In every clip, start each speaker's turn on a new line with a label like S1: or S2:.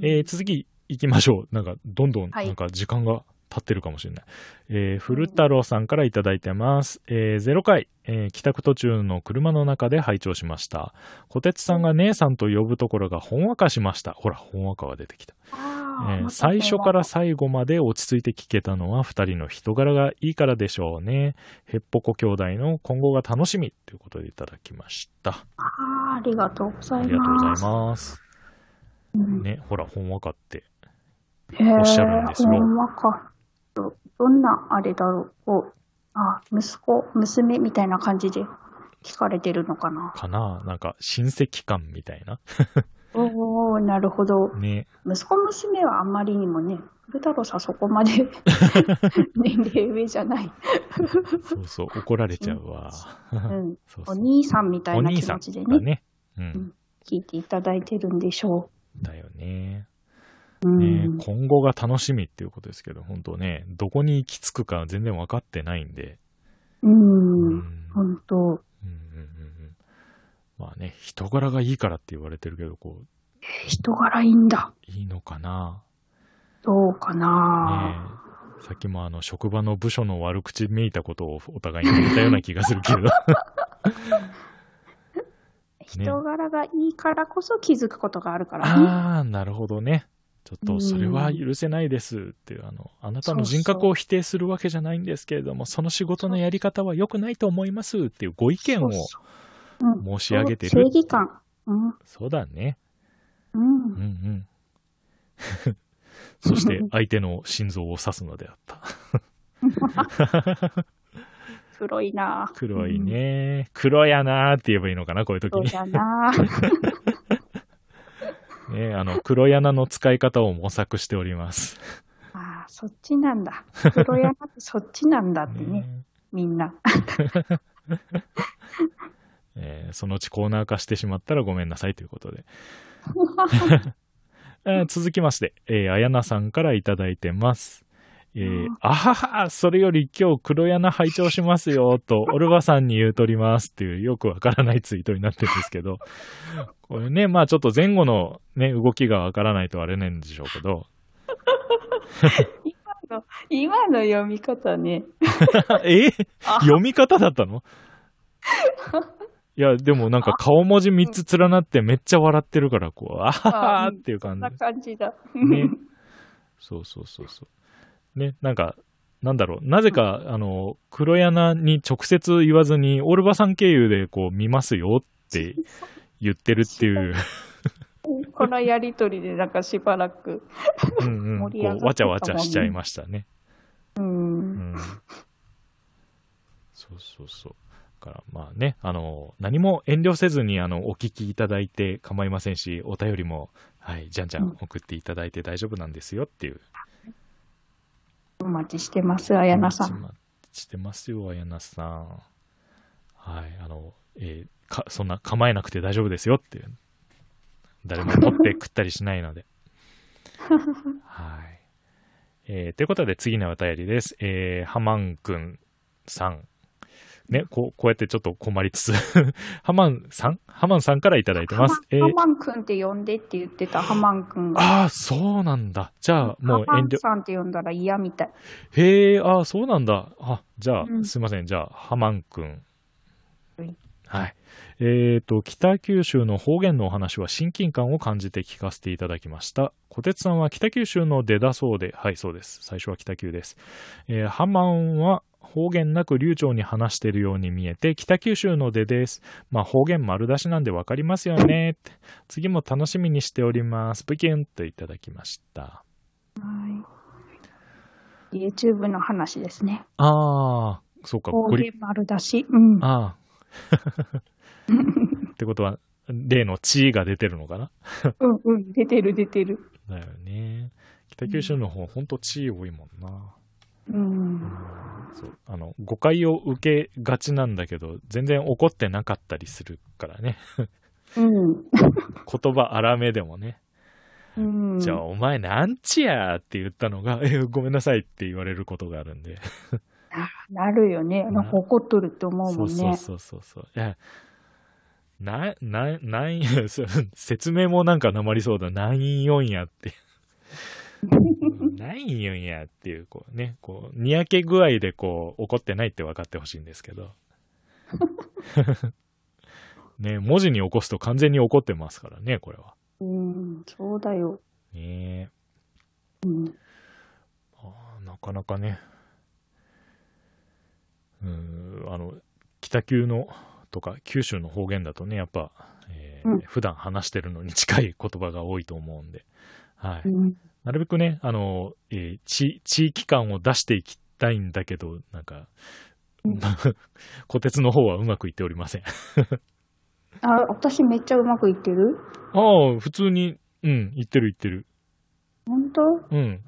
S1: えー続き行きましょう。なんか、どんどん、
S2: はい
S1: なんか時間が経ってるかもしれない。えー古太郎さんからいただいてます。えー0回、えー帰宅途中の車の中で拝聴しました。小鉄さんが姉さんと呼ぶところがほんわかしました。ほら、ほんわかが出てきた。
S2: あー
S1: えー
S2: また
S1: 最初から最後まで落ち着いて聞けたのは2人の人柄がいいからでしょうね。へっぽこ兄弟の今後が楽しみということでいただきました。
S2: あーありがとうござ
S1: あ
S2: います。
S1: りがとうございます。
S2: うん
S1: ね、ほら、ほんわかって。
S2: へー
S1: おっしゃるんですよ
S2: ほんまか。どんなあれだろう。こうあ、息子、娘みたいな感じで聞かれてるのかな。
S1: かななんか親戚感みたいな。
S2: おお、なるほど。
S1: ね。
S2: 息子娘はあんまりにもね、古太郎さんそこ まで年齢上じゃない。
S1: そうそう。怒られちゃうわ。
S2: うん、
S1: そうそ
S2: お
S1: う。
S2: 兄さんみたい
S1: お
S2: な
S1: 兄
S2: 気
S1: さ
S2: 持
S1: ん
S2: ちで
S1: が
S2: ね、
S1: ね。うん。
S2: 聞いていただいてるんでしょ
S1: だよね。
S2: う。うん。
S1: ね今後が楽しみっていうことですけど、本当ね、どこに行き着くか全然分かってないんで。
S2: うん。
S1: うん
S2: 本当。
S1: うんうんうんうんまあね、人柄がいいからって言われてるけど、こう、
S2: 人柄いいんだ。
S1: いいのかな
S2: どうかな。
S1: ねえさっきもあの、職場の部署の悪口めいたことをお互いに言ったような気がするけど。
S2: 人柄がいいからこそ気づくことがあるからね。
S1: ああ、なるほどね。ちょっとそれは許せないですっていう、あの、あなたの人格を否定するわけじゃないんですけれども、その仕事のやり方は良くないと思いますっていうご意見を
S2: そうそううん
S1: 申し上げてる
S2: 正義感。うん。
S1: そうだね。
S2: う
S1: うん
S2: ん。
S1: うん。 そして相手の心臓を刺すのであった。
S2: 黒いなぁ
S1: 黒い。ね。黒やなーって言えばいいのかな、こういう
S2: うん
S1: 時
S2: 黒
S1: に。
S2: だ なぁ
S1: ね、あの、黒柳の使い方を模索しております。
S2: ああ、そっちなんだ。黒柳ってそっちなんだってね、
S1: ね
S2: みんな。
S1: えーそのうちコーナー化してしまったらごめんなさいということ で。えー続きまして、えー、あやなさんからいただいてます。えー
S2: うん
S1: あはは、それより今日黒柳拝聴しますよ、 と、オルバさんに言うとりますっていう、よくわからないツイートになってるんですけど、これね、まあちょっと前後のね、動きがわからないとあれなんでしょうけど、
S2: 今の今の読み方ね。
S1: え
S2: あ
S1: 読み方だったのいや、でもなんか顔文字3つ連なってめっちゃ笑ってるから、こう、あははっていう
S2: こん
S1: 感
S2: な
S1: じ。
S2: 感じだ。
S1: ねそうそうそうそう。ね、なんか、なんだろう、なぜか、あの、黒柳に直接言わずに、オルバさん経由でこう、見ますよって言ってるっ ていう、
S2: このやりとりでなんかしばらく。
S1: うんうん、こ
S2: 盛り上がってたもんね
S1: う、わちゃわちゃしちゃいましたね。
S2: う。
S1: うんん。そうそうそう。だからまあね、あの、何も遠慮せずに、あの、お聞きいただいて構いませんし、お便りも、はい、じゃんじゃん送っていただいて大丈夫なんですよっていう
S2: お待ちしてます、あやなさ
S1: お
S2: ん。
S1: 待ちしてますよ、綾菜さん。はい、あの、えーか、そんな構えなくて大丈夫ですよっていう。誰も取って食ったりしな いので。はい。えーということで次のお便りです。えー、ハマンくんさん。ね、こう、こうやってちょっと困りつつ、 ハマンさんハマンさんからいただいて
S2: ハマ
S1: ます。えー
S2: ハマンくんって呼んでって言ってた、ハマンくんが。
S1: ああ、そうなんだ。じゃあ、もう
S2: ハマ
S1: 遠
S2: ン
S1: 慮。
S2: さんって呼んだら嫌みたい。
S1: へえ、ああ、そうなんだ。あ、じゃあ、
S2: うん
S1: すいません。じゃあ、ハマンくん
S2: はい。
S1: はい。えーと、北九州の方言のお話は親近感を感じて聞かせていただきました。小鉄さんは北九州の出だそうで、はい、そうです。最初は北九です。えーハマンは方言なく流暢に話しているように見えて、北九州の出です。まあ、方言丸出しなんでわかりますよねって。次も楽しみにしております。ブキュンといただきました。
S2: はい。YouTube の話ですね。
S1: ああ、そうか、
S2: 方
S1: ゴリ
S2: 言丸出し。うん。
S1: あ あ。ってことは、例の地位が出てるのかな
S2: うんうん。出てる出てる。
S1: だよね。北九州の方、ほんと地位多いもんな。
S2: うん。
S1: そう。あの、誤解を受けがちなんだけど、全然怒ってなかったりするからね。
S2: うん。
S1: 言葉荒めでもね。
S2: うん。
S1: じゃあ、お前なんちやーって言ったのが、 え、ごめんなさいって言われることがあるんで。
S2: なるよね。なんか怒っとるって思う
S1: そ
S2: も
S1: うんそう
S2: ね。
S1: そうそうそう。いや、な、な、なん、 そう説明もなんかなまりそうだ。なんよんや って。なんよんやっていう、こうね、こう、にやけ具合でこう、怒ってないって分かってほしいんですけ ど。ね、文字に起こすと完全に怒ってますからね、これは。
S2: うん、そうだよ。
S1: ねえ
S2: うん、
S1: あーなかなかね、うーん、あの、北九のとか九州の方言だとね、やっぱ、えー
S2: うん
S1: 普段話してるのに近い言葉が多いと思うんで、はい。
S2: うん、
S1: なるべくね、あの、えー地、地域感を出していきたいんだけど、なんか
S2: うん、
S1: 虎鉄の方はうまくいっておりません。あ
S2: あ、私めっちゃうまくいってる
S1: あ、普通に、うん、言ってる言ってる。
S2: 本当
S1: うん。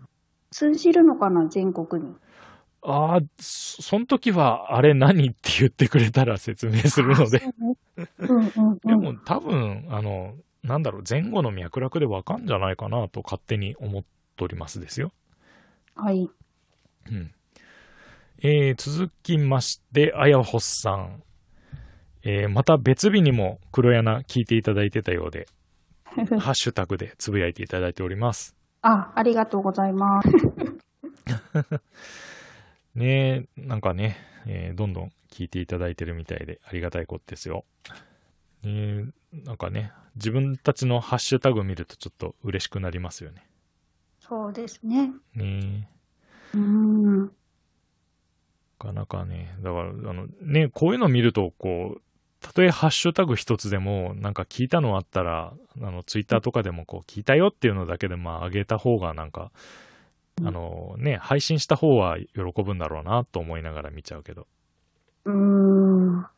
S2: 通じるのかな全国に。
S1: ああ、そその時は、あれ何って言ってくれたら説明するので。
S2: うんうん
S1: で
S2: うん。
S1: も多分、あの、なんだろう、前後の脈絡でわかんじゃないかなと勝手に思っておりますですよ。
S2: はい。
S1: うん。えー続きまして、あやほっさん。えーまた別日にも黒柳聞いていただいてたようで、ハッシュタグでつぶやいていただいております。
S2: あ、ありがとうございます。
S1: ねえ、なんかね、えーどんどん聞いていただいてるみたいでありがたいことですよ。ねえ、なんかね、自分たちのハッシュタグ見るとちょっと嬉しくなりますよね。
S2: そうですね。
S1: ねえ。
S2: うん。
S1: なかなかね、だから、あの、ね、こういうの見ると、こう、たとえハッシュタグ一つでも、なんか聞いたのあったら、あの、ツイッターとかでも、こう、聞いたよっていうのだけで、まあ、上げた方が、なんか、あの、ね、配信した方は喜ぶんだろうな、と思いながら見ちゃうけど、
S2: うん。ね、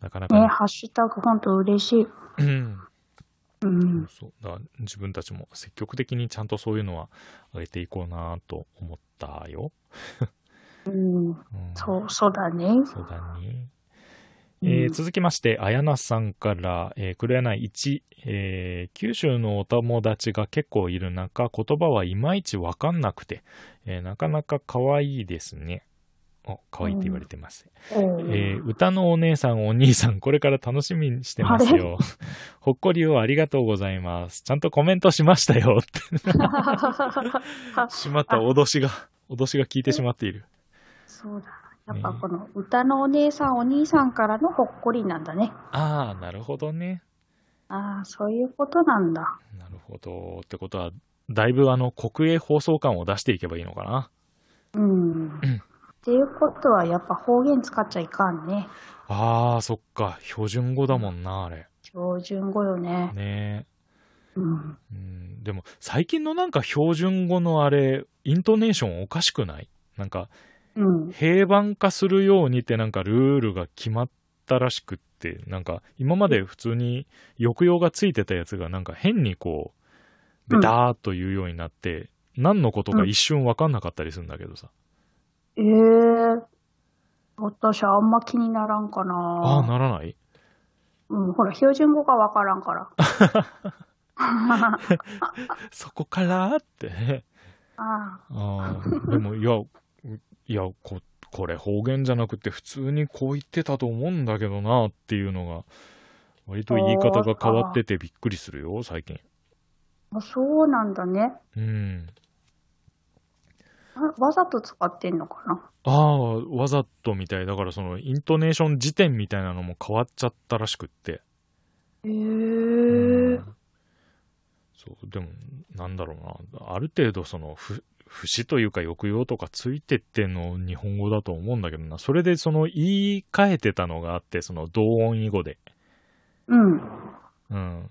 S1: なかなかね、
S2: ハッシュタグ本当嬉しい。
S1: うん
S2: うん。
S1: そう、だから自分たちも積極的にちゃんとそういうのは上げていこうな、と思ったよ。
S2: うん。
S1: うん
S2: そう、そうだね。
S1: そうだね。
S2: う
S1: え
S2: ん
S1: ー続きまして、あやなさんから、えー、黒柳1、えー九州のお友達が結構いる中、言葉はいまいちわかんなくて、えーなかなか可愛いですね。お、可愛いって言われてます。
S2: おー
S1: えー歌のお姉さん、お兄さん、これから楽しみにしてますよ。 ほっこりをありがとうございます。ちゃんとコメントしましたよ。ってしまった、脅しが、 脅しが効いてしまっている。
S2: そうだ。やっぱこの歌のお姉さん、お兄さんからのほっこりなんだね。
S1: ああ、なるほどね。
S2: ああ、そういうことなんだ。
S1: なるほど。ってことは、だいぶあの国営放送感を出していけばいいのかな。
S2: うん。っていうことは、やっぱ方言使っちゃいかんね。
S1: あー、そっか。標準語だもんな、あれ。
S2: 標準語よね。
S1: ね
S2: うん。
S1: え。うん、でも、最近のなんか標準語のあれ、イントネーションおかしくないなんか、
S2: うん。
S1: 平板化するようにってなんかルールが決まったらしくって、なんか、今まで普通に抑揚がついてたやつがなんか変にこう、ベターっと言うようになって、何のことか一瞬わかんなかったりするんだけどさ。
S2: ええ私あんま気にならんか
S1: ああ、
S2: な。
S1: ならない
S2: うん、ほら、標準語がわからんから。あ
S1: そこからってね。
S2: あ、
S1: ああ、でも、いや、ういや、こ、これ方言じゃなくて普通にこう言ってたと思うんだけどなっていうのが、割と言い方が変わっててびっくりするよ、最近。
S2: あそうなんだね。
S1: うん。
S2: あわざと使ってんのかな。
S1: ああ、わざとみたい。だからその、イントネーション辞典みたいなのも変わっちゃったらしくって。
S2: ええ
S1: うんそう、でも、なんだろうな。ある程度、その、ふ、節というか抑揚とかついてってんの日本語だと思うんだけどな。それで、その、言い換えてたのがあって、その、同音異語で。
S2: うん。
S1: うん。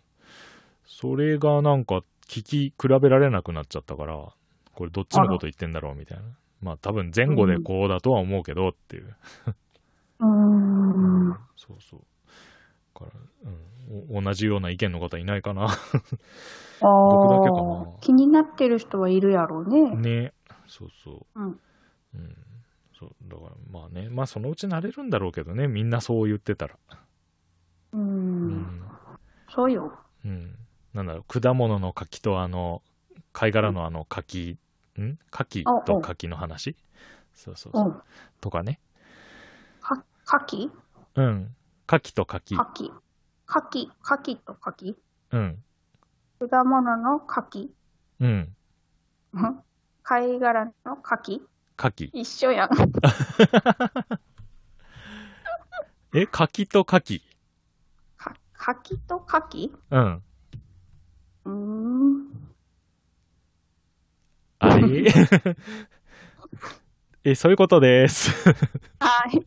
S1: それがなんか、聞き比べられなくなっちゃったから、これどっちのこと言ってんだろうみたいな。まあ、多分前後でこうだとは思うけどっていう。
S2: うーん。
S1: そうそう。だから、うんお、同じような意見の方いないかな。
S2: あ
S1: 僕だけかな
S2: あ、気になってる人はいるやろうね。
S1: ね。そうそう。
S2: うん。
S1: うん。そう、だからまあね、まあそのうち慣れるんだろうけどね、みんなそう言ってたら。
S2: う。
S1: うんん。
S2: そうよ。
S1: うん。なんだろう、果物の柿とあの、貝殻のあの柿、ん柿
S2: あう
S1: と
S2: ん
S1: 柿の話そうそう
S2: う
S1: そう。
S2: ん。
S1: とかね。
S2: か、かき
S1: うん。柿と柿。
S2: かき。牡蠣、牡蠣と牡
S1: うん。
S2: 蠣。果物の牡
S1: うん。
S2: 蠣。貝殻の牡蠣。
S1: 牡蠣。
S2: 一緒やん。
S1: え、牡蠣と牡蠣。
S2: か牡蠣と牡蠣
S1: うん。
S2: うーん。
S1: あれ え、そういうことです。
S2: はい。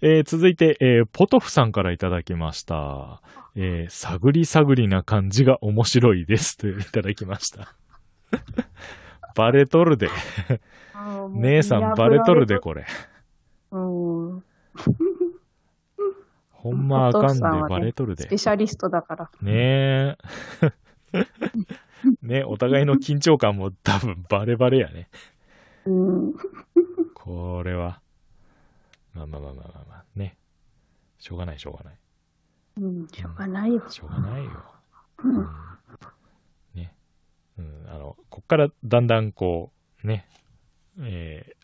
S1: えー続いて、えーポトフさんからいただきました。えー探り探りな感じが面白いです。といういただきました。 バレとるで。
S2: あー
S1: 姉さんバレとるで、。これ。
S2: もううん。
S1: ほんまあかん
S2: ポトフ
S1: で
S2: さんはね
S1: バレとるで
S2: ス。ペシャリストだから。
S1: ねえ。 ねお互いの緊張感も多分バレバレやね。
S2: うん。
S1: これは。まあまあまあまあまあまあ。ね。しょうがないしょうがない。
S2: うん。しょうがないよ。
S1: しょうがないよ。
S2: う
S1: うんん。ね。うん。あの、こっからだんだんこう、ね。えー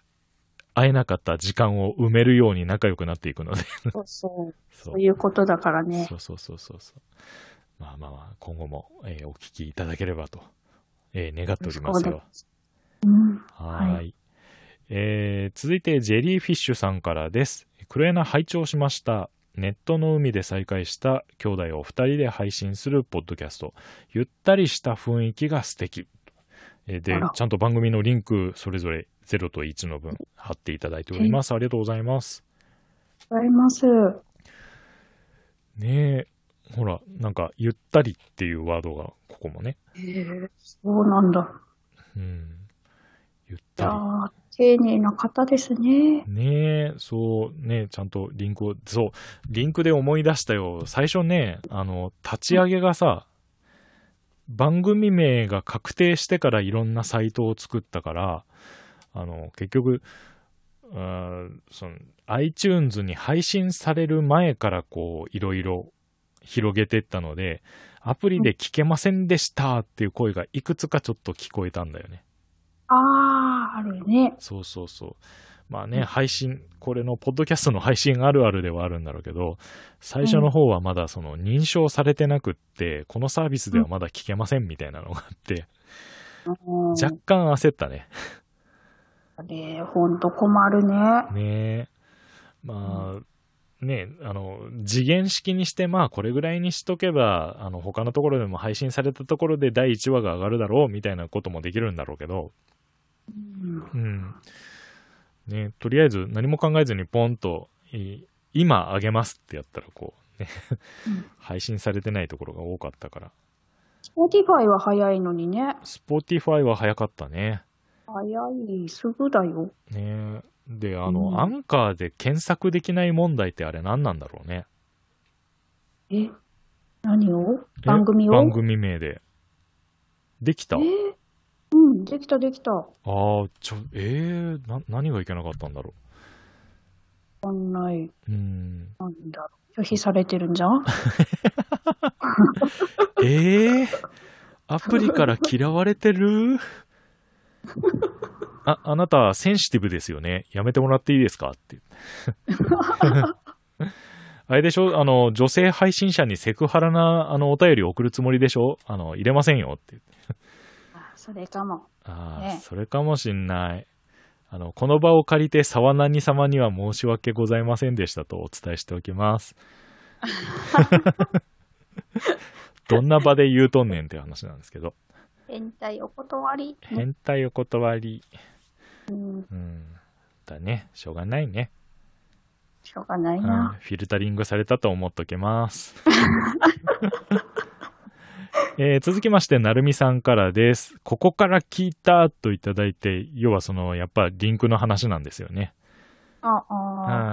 S1: 会えなかった時間を埋めるように仲良くなっていくので。
S2: そうそう。
S1: そ
S2: そういうことだからね。
S1: そうそうそうそうそう。まあまあまあ、今後も、えーお聞きいただければと、えー願っております
S2: そうで
S1: よ。
S2: うん。
S1: はーい。えー続いて、ジェリーフィッシュさんからです。クロエナ拝聴しました。ネットの海で再会した兄弟お二人で配信するポッドキャスト。ゆったりした雰囲気が素敵。えーで
S2: あら、
S1: ちゃんと番組のリンク、それぞれ0と1の分貼っていただいております。ありがとうございます。
S2: ございます。
S1: ねえほらなんか「ゆったり」っていうワードがここもね、
S2: へえそうなんだ。
S1: うん、ゆっ
S2: いや
S1: た
S2: ー丁寧な方ですね。
S1: りねえそうねえちゃんとリンクをそうリンクで思い出したよ最初ねあの立ち上げがさ番組名が確定してからいろんなサイトを作ったからあの結局あーその iTunes に配信される前からこういろいろ広げてったのでアプリで聞けませんでしたっていう声がいくつかちょっと聞こえたんだよね
S2: ああ、あるね。
S1: そうそうそうまあね配信これのポッドキャストの配信あるあるではあるんだろうけど最初の方はまだその認証されてなくってこのサービスではまだ聞けませんみたいなのがあって
S2: うん、
S1: 若干焦ったね
S2: あれ、ほんと困るね。
S1: ねえまあねえあの次元式にしてまあこれぐらいにしとけばあの他のところでも配信されたところで第1話が上がるだろうみたいなこともできるんだろうけど
S2: うん
S1: うんね、とりあえず何も考えずにポンとい今あげますってやったらこう、ね
S2: うん、
S1: 配信されてないところが多かったから
S2: Spotify は早いのにね。
S1: Spotify は早かったね
S2: 早い、すぐだよ。
S1: ねであ
S2: う
S1: の、
S2: ん
S1: アンカーで検索できない問題ってあれ何なんだろうね
S2: え何を
S1: え
S2: 番組を
S1: 番組名でできたあ
S2: えうん、できたできた。わ
S1: あーちょえー、な何がいけなかったんだろ
S2: かんない。
S1: ううん
S2: なんだろう。拒否されてる んじゃん
S1: ええアプリから嫌われてるあ、あなたセンシティブですよね。やめてもらっていいですかって。 あれでしょあの、女性配信者にセクハラな、あの、お便り送るつもりでしょあの、入れませんよって。
S2: あそれかも。
S1: ああ、
S2: ね
S1: それかもしんない。あの、この場を借りて沢何様には申し訳ございませんでしたとお伝えしておきます。どんな場で言うとんねんっていう話なんですけど。
S2: 変態お断り。
S1: 変態お断り。
S2: うん、
S1: うん。だね。しょうがないね。
S2: しょうがな
S1: う
S2: い
S1: ん、
S2: な。
S1: フィルタリングされたと思っときます。えー続きまして、なるみさんからです。ここから聞いたといただいて、要はその、やっぱリンクの話なんですよね。
S2: ああ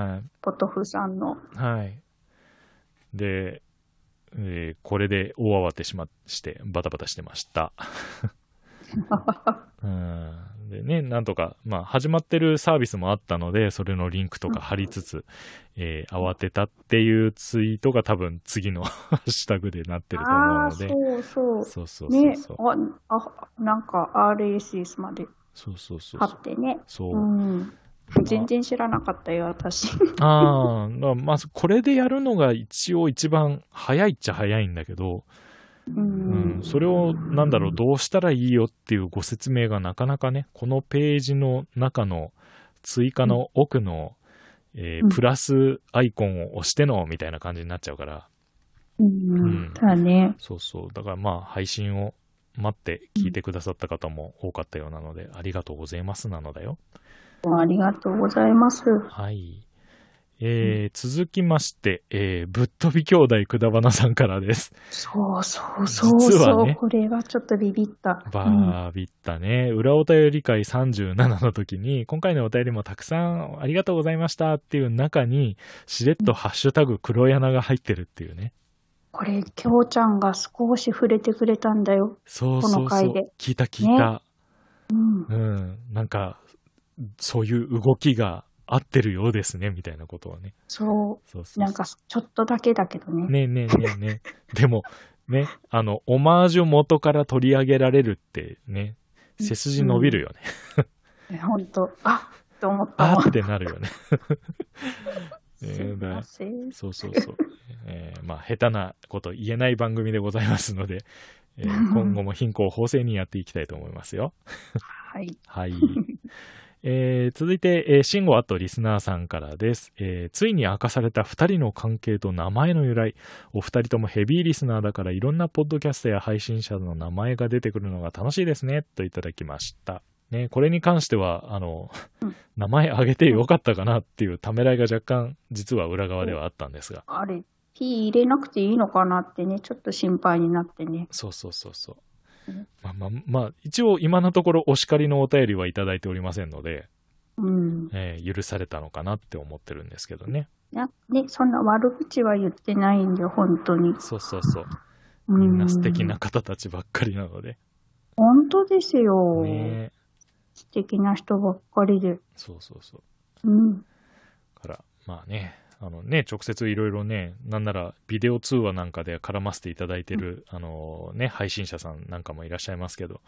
S2: ー、
S1: はい。
S2: ポトフさんの。
S1: はい。で、えーこれで大慌てしまして、バタバタして ました。うん。でね、なんとか、まあ、始まってるサービスもあったので、それのリンクとか貼りつつ、えー慌てたっていうツイートが多分次の ハッシュタグでなってると思
S2: あ
S1: う
S2: あ、
S1: の
S2: そ
S1: で。
S2: うそう。
S1: そうそうそう
S2: ね
S1: そう。、
S2: ああなんか RSS まで
S1: そうそうそう
S2: 貼
S1: そう
S2: っ。てね。
S1: そう
S2: うん。全然知らなかったよ、 私。
S1: ああ、だからまずこれでやるのが一応一番早いっちゃ早いんだけど、
S2: う
S1: うん
S2: ん。
S1: それをなんだろうどうしたらいいよっていうご説明がなかなかねこのページの中の追加の奥の、えー
S2: うん
S1: プラスアイコンを押してのみたいな感じになっちゃうから
S2: うん。だね。
S1: そうそうだからまあ配信を待って聞いてくださった方も多かったようなので、ありがとうございますなのだよ
S2: ありがとうございます。
S1: はいえー続きまして、えーぶっ飛び兄弟くだばなさんからです
S2: そうそうそう
S1: 実
S2: そ
S1: は
S2: う、
S1: ね
S2: これがちょっとビビった。うん
S1: バービったね、裏お便り会37の時に、今回のお便りもたくさんありがとうございましたっていう中に、しれっとハッシュタグ黒柳が入ってるっていうね。
S2: これ、きょうちゃんが少し触れてくれたんだよ。
S1: そうそう
S2: この
S1: そ
S2: 回
S1: う
S2: で。
S1: 聞いた聞いた、
S2: うん。
S1: うん。なんか、そういう動きが合ってるようですね、みたいなことをね。
S2: そ
S1: そうそう
S2: う。
S1: そう
S2: なんか、ちょっとだけだけどね。
S1: ねえねえねえねえ。でも、ね、あの、オマージュ元から取り上げられるってね、背筋伸びるよね。
S2: ほんと、あっと思った
S1: あ
S2: わ
S1: ーってなるよね。ね
S2: すいません。
S1: そうそうそう。 えーまあ、下手なこと言えない番組でございますので、え ー今後も貧困を法制にやっていきたいと思いますよ。
S2: はい。
S1: はい。えー続いて、えー、シンゴあとリスナーさんからです、えーついに明かされた2人の関係と名前の由来。お二人ともヘビーリスナーだからいろんなポッドキャストや配信者の名前が出てくるのが楽しいですね、といただきました。ね、これに関しては、あの
S2: うん、
S1: 名前挙げてよかったかなっていうためらいが若干、実は裏側ではあったんですが。
S2: あれ、P 入れなくていいのかなってね、ちょっと心配になってね。
S1: そうそうそうそう
S2: うん。
S1: まあまあまあ、一応今のところお叱りのお便りはいただいておりませんので、
S2: うん。
S1: えー許されたのかなって思ってるんですけどね。
S2: なね、そんな悪口は言ってないんで、本当に。
S1: そうそうそう。
S2: み
S1: みんな素敵な。方たちばっかりなので。
S2: 本当ですよ。
S1: ねえ
S2: 素敵な人ばっかりで。
S1: そうそうそう。
S2: うん。
S1: から、まあね、あのね、直接いろいろね、なんならビデオ通話なんかで絡ませていただいてる、あのね、配信者さんなんかもいらっしゃいますけど、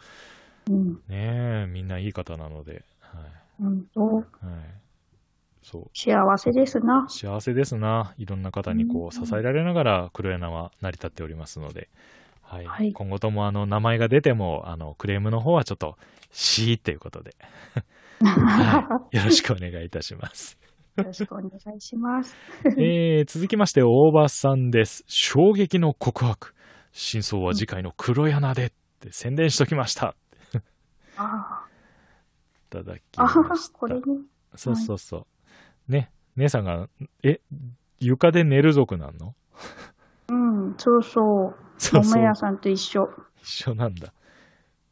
S2: うん。
S1: ねえ、みんないい方なので、は
S2: 本当、
S1: い。はい。そう。
S2: 幸せですな。
S1: 幸せですな。いろんな方にこう支
S2: うん
S1: えられながら黒柳は成り立っておりますので、はい。
S2: はい
S1: 今後ともあの名前が出ても、あのクレームの方はちょっと C というこ とで、はいよろしくお願いいたします。
S2: よろしくお願いします。
S1: えー続きまして、大場さんです。衝撃の告白。真相は次回の黒柳でって宣伝しときました。
S2: あ
S1: いただき
S2: あ、あ
S1: ま
S2: はは
S1: した。
S2: これね。
S1: そうそうそう。ね、姉さんが、え、床で寝る族なんの
S2: うん、そうそう。
S1: そうそ
S2: 桃
S1: う。
S2: 屋さんと一緒。
S1: 一緒なんだ。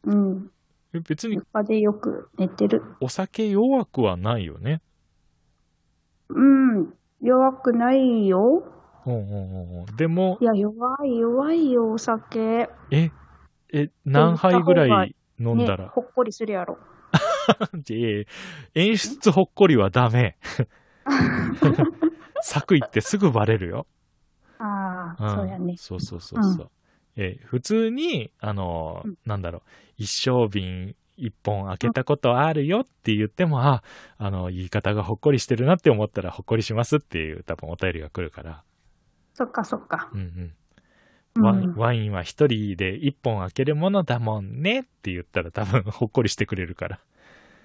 S2: うん。
S1: え別に
S2: 床でよく寝てる。
S1: お酒弱くはないよね。
S2: うん。弱くないよ。
S1: うんうんうんうん。でも
S2: い、や、弱い、弱いよ、お酒。
S1: え、え、何杯ぐらい飲ん
S2: ね
S1: だ、ら、
S2: ほっこりするやろ。
S1: ええ演出ほっこりはダ メ。作為ってすぐバレるよ。
S2: あ
S1: ん
S2: あ、そうやね。
S1: そうそうそうそう。えー普通に、あのー
S2: うん
S1: なんだろう、一升瓶一本開けたことあるよって言っても、あ、あの、言い方がほっこりしてるなって思ったらほっこりしますっていう多分お便りが来るから。
S2: そっか、そっか。
S1: うんうん。
S2: うん
S1: ワインワインは一人で一本開けるものだもんねって言ったら多分ほっこりしてくれるから。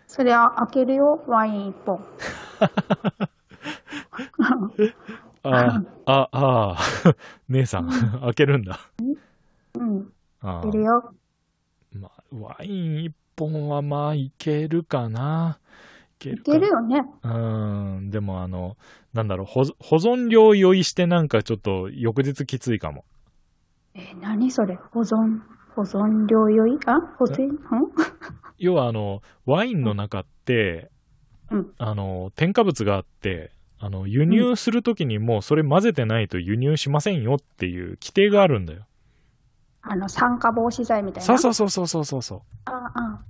S2: それは開けるよ、ワイン一本。
S1: ああ、ああ、 姉さん、開けるんだ。
S2: うん、
S1: あ
S2: 開けるよ。
S1: まあ、ワイン一本はまあいけるかな。いけ
S2: い
S1: るか
S2: けるよね。
S1: うん、でもあの、なんだろう、保保存料酔いしてなんかちょっと翌日きついかも。
S2: えー何それ保存、保存量酔いあ保全ん
S1: 要はあの、ワインの中って、
S2: うん
S1: あの、添加物があって、あの、輸入するときにもうそれ混ぜてないと輸入しませんよっていう規定があるんだよ。
S2: あの、酸化防止剤みたいな。。
S1: そうそううそうそうそうそうそう。
S2: ああ。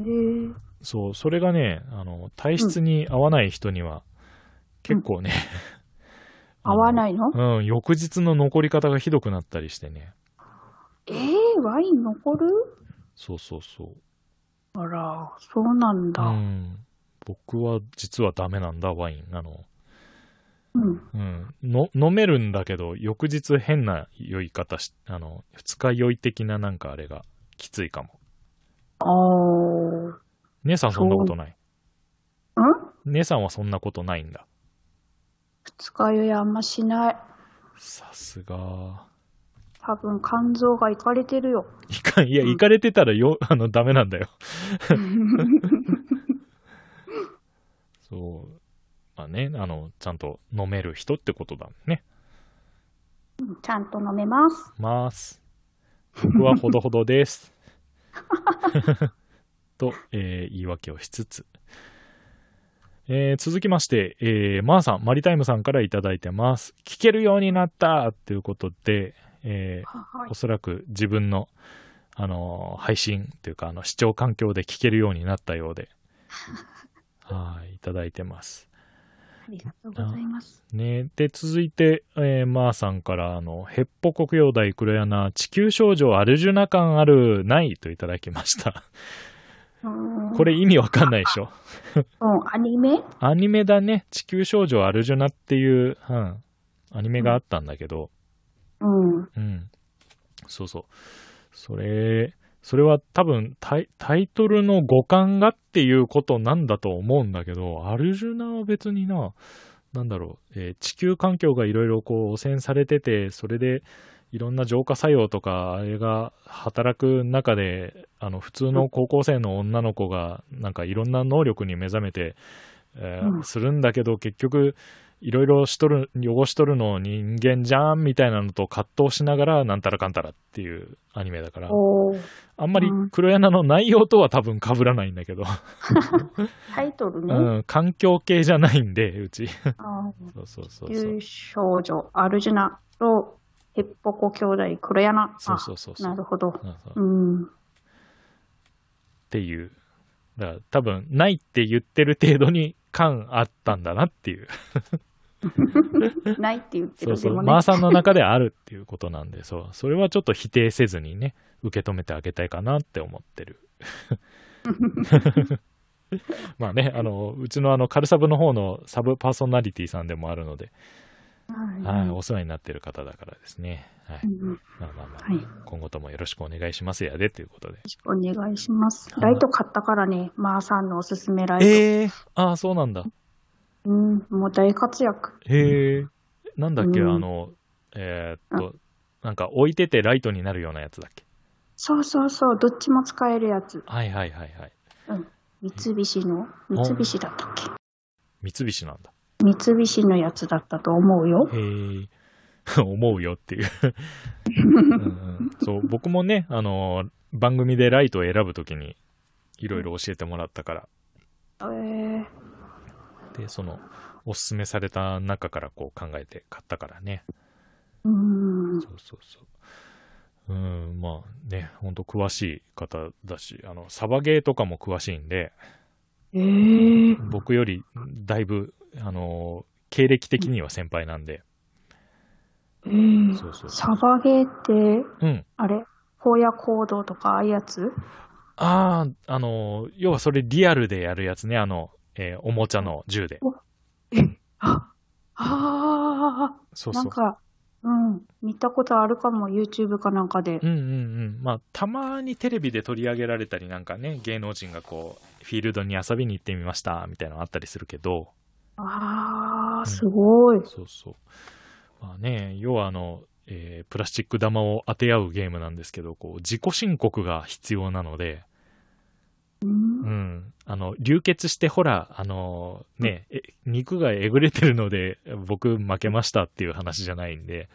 S2: えー、
S1: そう、それがね、あの、体質に合わない人には、結構ね、
S2: 合わ
S1: い。
S2: ないの
S1: うん、翌日の残り方がひどくなったりしてね。
S2: えー、ワイン残る
S1: そうそうそう。
S2: あら、そうなんだ。
S1: う
S2: うん。
S1: ん、僕は実はダメなんだワインあの、
S2: うん。
S1: うん、の飲めるんだけど翌日変な酔い方しあの二日酔い的ななんかあれがきついかも
S2: あー。
S1: 姉さんそんなことない
S2: うん
S1: 姉さんはそんなことないんだ
S2: 二日酔いあんましない。
S1: さすが
S2: 多分肝臓がいかれてるよ。
S1: いかんいや
S2: うん
S1: 行かれてたらよあのダメなんだ よそうまあねあのちゃんと飲める人ってことだね
S2: ちゃんと飲めます。
S1: ます。僕はほどほどです。 と、えー言い訳をしつつ。えー続きまして、えー、まー、さん、マリタイムさんからいただいてます。聞けるようになったということで、えー
S2: はい
S1: お。そらく自分の、あのー配信というか、あの、視聴環境で聞けるようになったよう で、はい、いただいてます。
S2: ありがとうございます。
S1: ね、で続いて、えー、マーさんからあの「ヘッポ国用大黒柳地球少女アルジュナ感あるない」といただきましたこ
S2: れ、
S1: れ意味わかんないでしょ
S2: うん、アニメ
S1: アニメだね「地球少女アルジュナ」っていう、うん、アニメがあったんだけど、
S2: うん。
S1: うん、そうそうそれそれは多分タイタイトルの語感がっていうことなんだと思うんだけどアルジュナは別にななんだろう、えー地球環境がいろいろこう汚染されててそれでいろんな浄化作用とかあれが働く中であの普通の高校生の女の子がなんかいろんな能力に目覚めて、えー
S2: うん
S1: するんだけど結局いろいろしとる汚しとるの人間じゃんみたいなのと葛藤しながらなんたらかんたらっていうアニメだから
S2: おー
S1: あんまり黒柳の内容とは多分被らないんだけど、
S2: タイトル
S1: う
S2: ね。
S1: ん、環境系じゃないんでうち
S2: あー
S1: そうそうそうそう
S2: 旧少女アルジュナとヘッポコ兄弟黒柳。あ
S1: そうそうそうそう
S2: なるほど。
S1: そうそう
S2: うん。
S1: っていう。だから多分、ないって言ってる程度に感あったんだなっていう。
S2: ないって言って
S1: そ
S2: るで
S1: うそう。
S2: も
S1: マ
S2: ね
S1: ー。さんの中であるっていうことなんで、そう。それはちょっと否定せずにね、受け止めてあげたいかなって思って る。まあね、あの、うちのあの、カルサブの方のサブパーソナリティさんでもあるので、
S2: は
S1: はい、お世話になってる方だからですね。はい
S2: い。。うんよ
S1: まあまあまあ、
S2: はい
S1: 今後ともよろしくお願いしますやでということで。
S2: ろしくお願いします。
S1: はい
S2: ライト買ったからね、マーさんのおすすめライト。
S1: ええああ、そうなんだ。
S2: うん、もう大活躍。
S1: へえ、なんだっけ、
S2: うん
S1: あの、えーっと、なんか置いててライトになるようなやつだっけ。
S2: そうそうそう、どっちも使えるやつ。
S1: はいはいはいはい。
S2: 三菱の、三菱だったっけ
S1: 三菱なんだ。
S2: 三菱のやつだったと思うよ。
S1: へえ、 思うよっていううんうん。そう、僕もね、あの、番組でライトを選ぶときに、いろいろ教えてもらったから、
S2: えー、
S1: で、その、おすすめされた中からこう考えて買ったからね。
S2: うん、
S1: そうそうそう。うん、まあね、ほんと詳しい方だし、あの、サバゲーとかも詳しいんで、
S2: えー、
S1: 僕よりだいぶ、あのー経歴的には先輩なんで、
S2: えー
S1: そうそう
S2: サバゲーって、
S1: うん
S2: あれ荒野行動とかああいうやつ
S1: あああのー要はそれリアルでやるやつねあの、えーおもちゃの銃で
S2: あ、あ
S1: そ
S2: ー、
S1: う
S2: な
S1: そ
S2: ん
S1: う
S2: か、うん、見たことあるかも、YouTube かなんかで
S1: う。んうんうんまあたまにテレビで取り上げられたりなんかね芸能人がこうフィールドに遊びに行ってみましたみたいなのあったりするけど
S2: ああ、すごい。
S1: そうそうまあね要はあの、えープラスチック玉を当て合うゲームなんですけどこう自己申告が必要なので
S2: うん
S1: うん、あの流血してほらあのね、え肉がえぐれてるので僕負けましたっていう話じゃないんで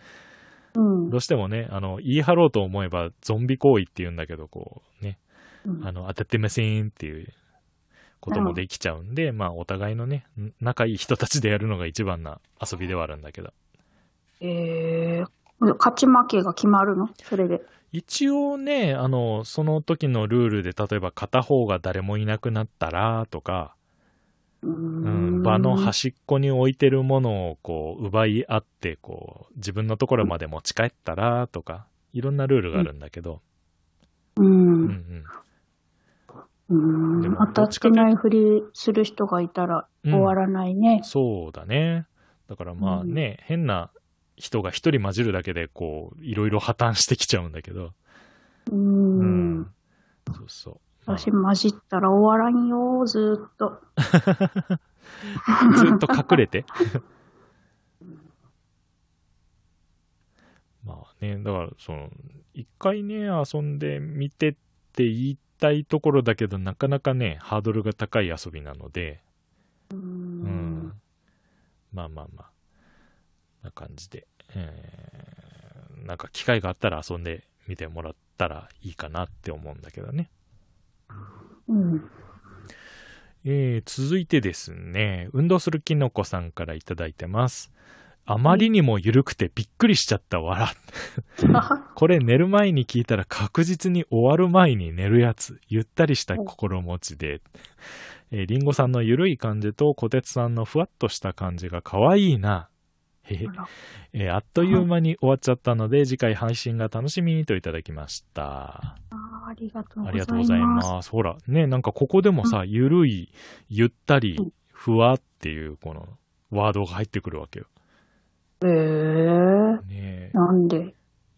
S2: うん
S1: どうしてもねあの言い張ろうと思えばゾンビ行為っていうんだけどこうね
S2: うん
S1: あの当ててませんっていうこともできちゃうんで、まあお互いのねん仲いい人たちでやるのが一番な遊びではあるんだけど
S2: えー、勝ち負けが決まるのそれで。
S1: 一応ねあのその時のルールで例えば片方が誰もいなくなったらとか
S2: うーん
S1: うん、場の端っこに置いてるものをこう奪い合ってこう自分のところまで持ち帰ったらとかいろんなルールがあるんだけど、
S2: う
S1: うん
S2: ん。
S1: うん
S2: う
S1: で
S2: ん
S1: も
S2: 当たってないふりする人がいたら
S1: うん
S2: 終わらないね。
S1: そうだね。だからまあね、変な人が一人混じるだけで、こう、いろいろ破綻してきちゃうんだけど。
S2: う。
S1: うんそうそう。まあ
S2: 私混じったら終わらんよ、ずーっと。
S1: ずっと隠れて。まあね、だから、その、一回ね、遊んでみてって言いたいところだけど、なかなかね、ハードルが高い遊びなので、
S2: う
S1: うんん。まあまあまあ、な感じで、えーなんか機会があったら遊んでみてもらったらいいかなって思うんだけどね。
S2: うん。
S1: えー続いてですね、運動するきのこさんからいただいてます。あまりにも緩くてびっくりしちゃったわら。 これ寝る前に聞いたら確実に終わる前に寝るやつ。ゆったりした心持ちで。えー、りんごさんの緩い感じと小鉄さんのふわっとした感じが可愛いな。へへ
S2: あら
S1: えーあっという間に終わっちゃったので、次回配信が楽しみにといただきました。
S2: あーありがとうご
S1: あ
S2: ざいま
S1: りが
S2: す。
S1: とうございます。ほら、ね、なんかここでもさ、ゆるい、ゆったり
S2: うん、
S1: ふわっていう、この、ワードが入ってくるわけよ。
S2: えー、
S1: ねえ。
S2: なんで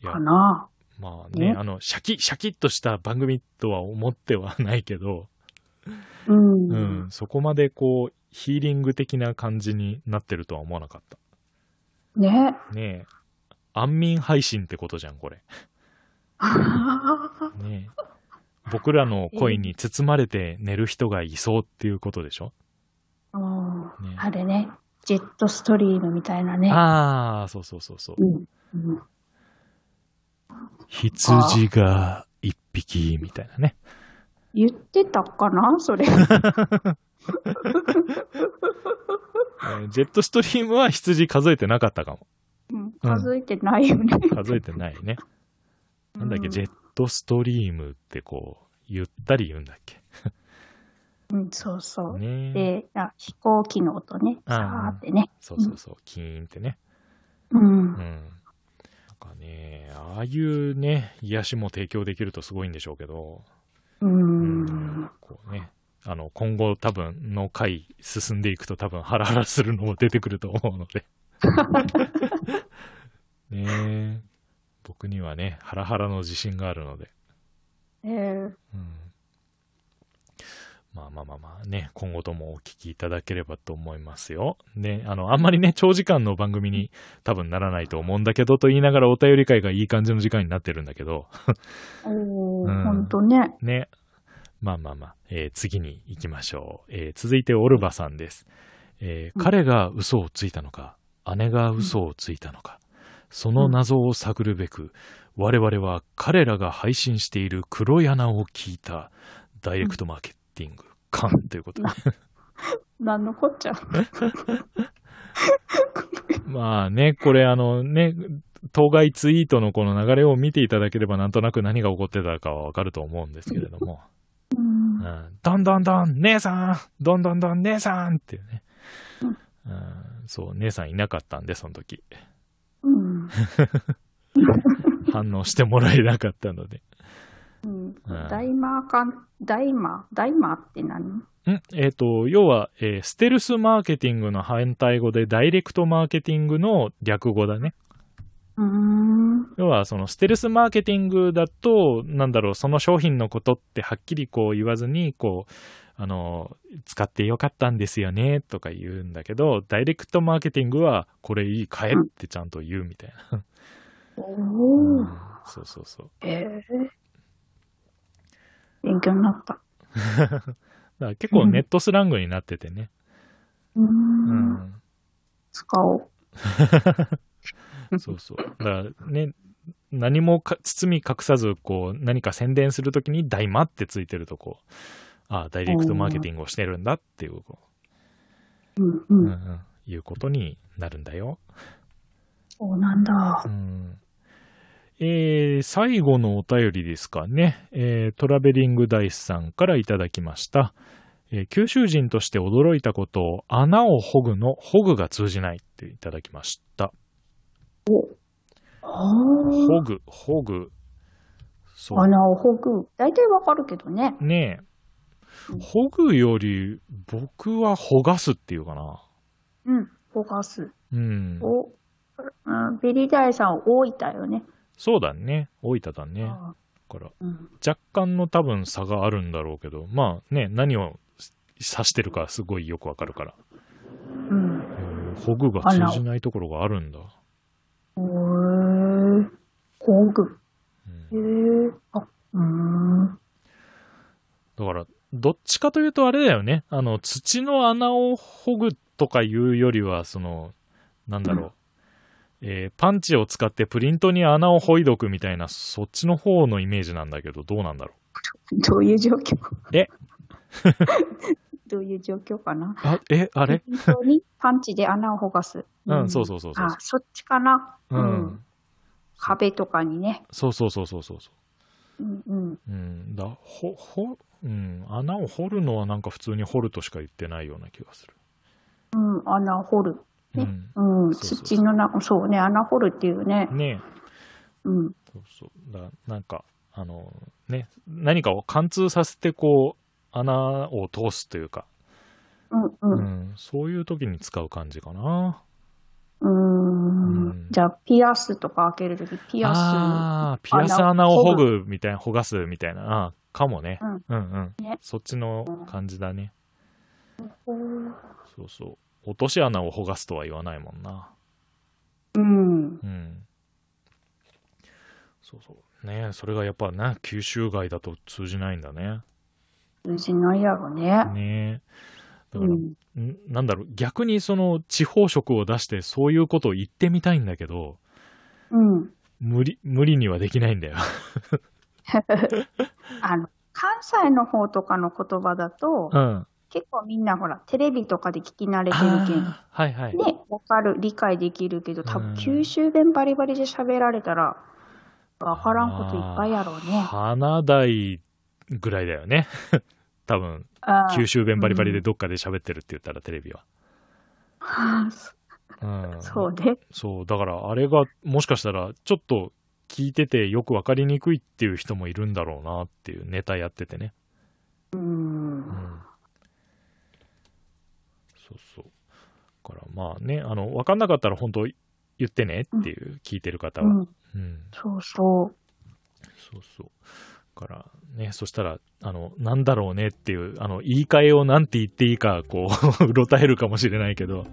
S1: いや
S2: か、な
S1: まあね、
S2: ね
S1: あの、シャキ、シャキッとした番組とは思ってはないけど、
S2: うん。
S1: うん、そこまでこう、ヒーリング的な感じになってるとは思わなかっ
S2: ね。
S1: た。ねえ。安眠配信ってことじゃん、これ。ねえ。僕らの声に包まれて寝る人がいそうっていうことでしょ
S2: うん
S1: ね
S2: あれね、ジェットストリームみたいなね。
S1: ああ、そうそうそうそう。
S2: うんうん
S1: 羊が一匹みたいなね。
S2: 言ってたかなそ れ。
S1: えージェットストリームは羊数えてなかったかも。
S2: うん数えてないよね。
S1: 数えてないね。なんだっ
S2: う
S1: け、
S2: ん
S1: ジェットストリームってこう、ゆったり言うんだっけ。
S2: うん、そうそう。
S1: ね
S2: で、あ飛行機の音ね、
S1: あー
S2: さーってね。
S1: そうそうそう、キーンってね。
S2: う
S1: うん。
S2: ん。
S1: なんかね、ああいうね、癒しも提供できるとすごいんでしょうけど、
S2: う
S1: うん
S2: ん。
S1: こうね、あの、今後多分の回進んでいくと多分ハラハラするのも出てくると思うので。ねえ僕にはね、ハラハラの自信があるので。
S2: えー
S1: うんまあまあまあまあね、今後ともお聞きいただければと思いますよ。ね、あの、あんまりね、長時間の番組に多分ならないと思うんだけどと言いながらお便り会がいい感じの時間になってるんだけど、
S2: お
S1: うん
S2: ー、ほんとね。
S1: ね。まあまあまあ、えー次に行きましょう。えー続いてオルバさんです。え
S2: う
S1: ー
S2: ん
S1: 彼が嘘をついたのか、姉が嘘をついたのか、その謎を探るべく、我々は彼らが配信している黒い穴を聞いたダイレクトマーケティング感ということで。
S2: なんのこっちゃ。
S1: まあね、これあのね、当該ツイートのこの流れを見ていただければなんとなく何が起こってたかはわかると思うんですけれども。
S2: うん
S1: うんどんどんどん、姉さんどんどんどん、姉さんっていうね。
S2: う
S1: うんそう、姉さんいなかったんで、その時。
S2: うん。
S1: 反応してもらえなかったので。
S2: うん。ダイマーかん、ダイマー、ダイマーって何
S1: んえっ、と、要は、えーステルスマーケティングの反対語で、ダイレクトマーケティングの略語だね。
S2: うーん。
S1: 要は、その、ステルスマーケティングだと、なんだろう、その商品のことってはっきりこう言わずに、こう、あの、使ってよかったんですよね、とか言うんだけど、ダイレクトマーケティングは、これいい、買えってちゃんと言うみたいな。
S2: おー。
S1: そうそうそう。
S2: えー勉強になった。
S1: だから結構ネットスラングになっててね。
S2: うー。
S1: うんん。
S2: 使おう。
S1: そうそう。だからね、何もか包み隠さず、こう、何か宣伝するときに、大魔ってついてると、こう、ああ、ダイレクトマーケティングをしてるんだっていう、こ
S2: うん
S1: う、う
S2: うん。
S1: うんん、いうことになるんだよ。
S2: そうなんだ
S1: う。ん。えー最後のお便りですかね。えートラベリングダイスさんからいただきました。えー九州人として驚いたことを、穴をほぐのほぐが通じないっていただきました。
S2: ほ
S1: ほぐ、ほぐ。そう。
S2: 穴をほぐ。大体わかるけどね。
S1: ねえ。
S2: うん
S1: ほぐより、僕はほがすっていうかな。
S2: うん、5月。
S1: うん。
S2: お、うん、ベリーダイさん大分よね。
S1: そうだね。大分だね。だ
S2: あ
S1: から、
S2: ーうん、
S1: 若干の多分差があるんだろうけど、まあね、何を指してるかすごいよくわかるから。
S2: うん。
S1: えーほぐが通じないところがあるんだ。
S2: おー、工具。
S1: う
S2: へえ
S1: ん
S2: ー、あ、うーん。
S1: だから、どっちかというとあれだよね。あの、土の穴をほぐとかいうよりは、その、なんだろう。えーパンチを使ってプリントに穴をほいどくみたいな、そっちの方のイメージなんだけど、どうなんだろう。
S2: どういう状況
S1: え
S2: どういう状況かな
S1: あ、え、あ
S2: あ
S1: れ
S2: 本当にパンチで穴をほがす。
S1: うん、そうそうそうそう
S2: あ、。そっちかな
S1: う
S2: うん
S1: ん。
S2: 壁とかにね。
S1: そうそうそうそうそうそう。
S2: うんうん。
S1: うん、だほほ、うん、穴を掘るのはなんか普通に掘るとしか言ってないような気がする。
S2: うん、穴を掘る。ね
S1: う
S2: うん、
S1: そうそうそう
S2: 土の中、そうね、穴掘るっていうね。
S1: ん、ねえ
S2: うん。
S1: そうそうだなんかあのね何かを貫通させてこう穴を通すというか、
S2: うん
S1: う、
S2: うん
S1: そういう時に使う感じか
S2: ん。
S1: な。
S2: う
S1: うん
S2: ん。じゃあ、ピアスとか開けるとき、ピアス。
S1: ああピアス穴を掘ぐみたいなほがすみたいなあかもね。
S2: うん
S1: うんうん
S2: ね
S1: そっちの感じだね。
S2: うん
S1: そうそう落とし穴をほがすとは言わないもんな。
S2: うん。
S1: うん。そうそう。ねそれがやっぱな、九州外だと通じないんだね。
S2: 通じないやろね。
S1: ねだ
S2: う
S1: から、
S2: ん。
S1: んなんだろう、逆にその地方色を出してそういうことを言ってみたいんだけど、
S2: うん。
S1: 無理、無理にはできないんだよ。
S2: あの、関西の方とかの言葉だと、
S1: うん。
S2: 結構みんなほら、テレビとかで聞き慣れてるけん。
S1: あーはいはい。
S2: ね、わかる、理解できるけど、多
S1: うん
S2: 分九州弁バリバリで喋られたら、わからんこといっぱいやろうね。
S1: 花台ぐらいだよね。 多分、
S2: あー
S1: 九州弁バリバリでどっかで喋ってるって言ったらテレビは。うん。
S2: そうね。
S1: そう、だからあれがもしかしたらちょっと聞いててよくわかりにくいっていう人もいるんだろうなっていうネタやっててね。
S2: う。
S1: うんん。そうそう。だからまあね、あの、わかんなかったら本当言ってねっていう、聞いてる方
S2: う
S1: は。
S2: ん。
S1: うん。
S2: そうそう。
S1: そうそう。だからね、そしたら、あの、なんだろうねっていう、あの、言い換えをなんて言っていいか、こう、う ろたえるかもしれないけど、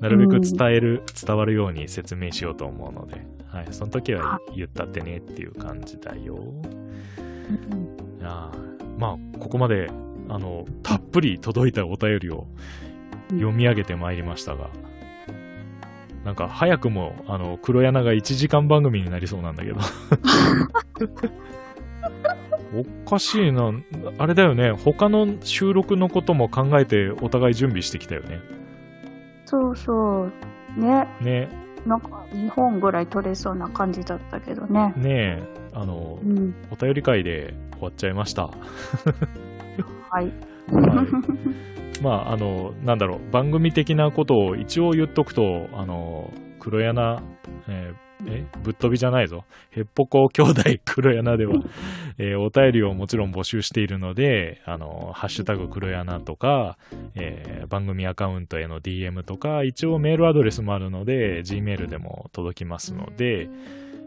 S1: なるべく伝える、伝わるように説明しようと思うので、はい、その時は言ったってねっていう感じだよ。
S2: うん
S1: あーまあ、ここまで、あの、たっぷり届いたお便りを読み上げてまいりましたが、なんか早くも、あの、黒柳が1時間番組になりそうなんだけど。おかしいな。あれだよね。他の収録のことも考えてお互い準備してきたよね。
S2: そうそう。ね。
S1: ね、
S2: なんか2本ぐらい取れそうな感じだったけどね。
S1: ねえ、あの
S2: う、ん、
S1: お便り会で終わっちゃいました。
S2: はい。
S1: まあ、あの、なんだろう、番組的なことを一応言っとくと、あの、黒柳、えーえぶっ飛びじゃないぞ。へっぽこ兄弟 黒柳では、えーお便りをもちろん募集しているので、あの、ハッシュタグ黒柳とか、えー番組アカウントへの DM とか、一応メールアドレスもあるので、Gmail でも届きますので、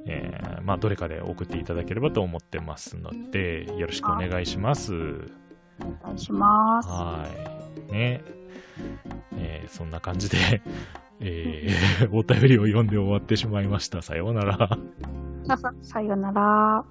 S1: えーまあ、どれかで送っていただければと思ってますので、よろしくお願いします。
S2: お願いします。
S1: はい。ね。えーそんな感じで、え ーお便りを読んで終わってしまいました。さようなら。
S2: さようなら。